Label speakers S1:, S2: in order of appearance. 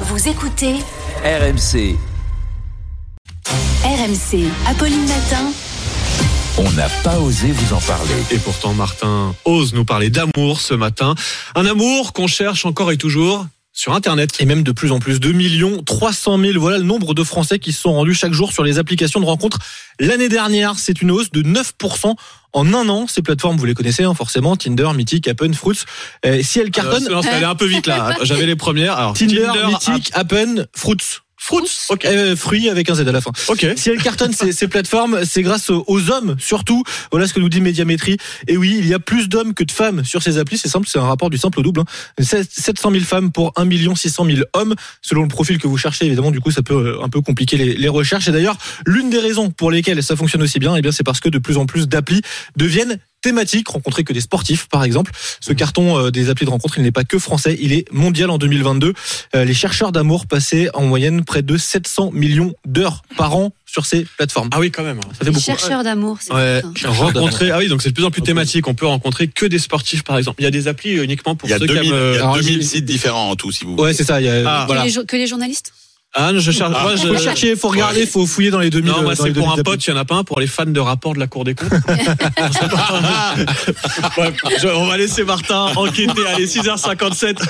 S1: Vous écoutez
S2: RMC,
S1: RMC. Apolline Matin.
S2: on n'a pas osé vous en parler.
S3: Et pourtant, Martin ose nous parler d'amour ce matin. Un amour qu'on cherche encore et toujours sur Internet.
S4: Et même de plus en plus, 2 millions 300 000, voilà le nombre de Français qui se sont rendus chaque jour sur les applications de rencontres. L'année dernière, c'est une hausse de 9% en un an. Ces plateformes, vous les connaissez hein, forcément, Tinder, Mythic, Appen, Fruits. Euh, si elles cartonnent,
S3: Euh, non, ça allait un peu vite là. J'avais les premières. Alors,
S4: Tinder,
S3: ah,
S4: Mythic, Appen, Fruits.
S3: Fruits. Ok.
S4: Euh, fruits avec un Z à la fin.
S3: Ok.
S4: Si elles cartonnent ces, ces plateformes, c'est grâce aux hommes surtout. Voilà ce que nous dit Médiamétrie. Et oui, il y a plus d'hommes que de femmes sur ces applis. C'est simple, c'est un rapport du simple au double. hein. Sept- 700 000 femmes pour 1 600 000 hommes. Selon le profil que vous cherchez, évidemment, du coup, ça peut euh, un peu compliquer les, les recherches. Et d'ailleurs, l'une des raisons pour lesquelles ça fonctionne aussi bien, eh bien, c'est parce que de plus en plus d'applis deviennent thématiques, rencontrer que des sportifs par exemple. Ce carton euh, des applis de rencontre, il n'est pas que français, il est mondial en 2022. Euh, les chercheurs d'amour passaient en moyenne près de 700 millions d'heures par an sur ces plateformes.
S3: Ah oui, quand même.
S4: Ça fait beaucoup.
S1: Chercheur d'amour, c'est
S3: Ouais,
S1: ça. hein.
S3: rencontrer. Ah oui, donc c'est de plus en plus thématique. On peut rencontrer que des sportifs, par exemple. Il y a des applis uniquement pour
S5: Il y a
S3: ceux
S5: 2000,
S3: qui aiment. euh,
S5: il y a
S4: alors,
S5: 2000
S4: j'ai-
S5: sites différents en tout, si vous voulez.
S4: Ouais, c'est ça. Il y a,
S3: Ah.
S1: Que
S4: voilà.
S1: les jo- que les journalistes
S3: Ah non, je cherche.
S5: Ah.
S3: moi, je-
S4: Faut chercher, faut regarder, faut fouiller dans les 2000.
S3: Non, moi,
S4: dans
S3: c'est
S4: les
S3: pour
S4: 2000
S3: un pote, il n'y en a pas un pour les fans de rapport de la Cour des comptes. Ouais, je- on va laisser Martin enquêter. Allez, 6h57.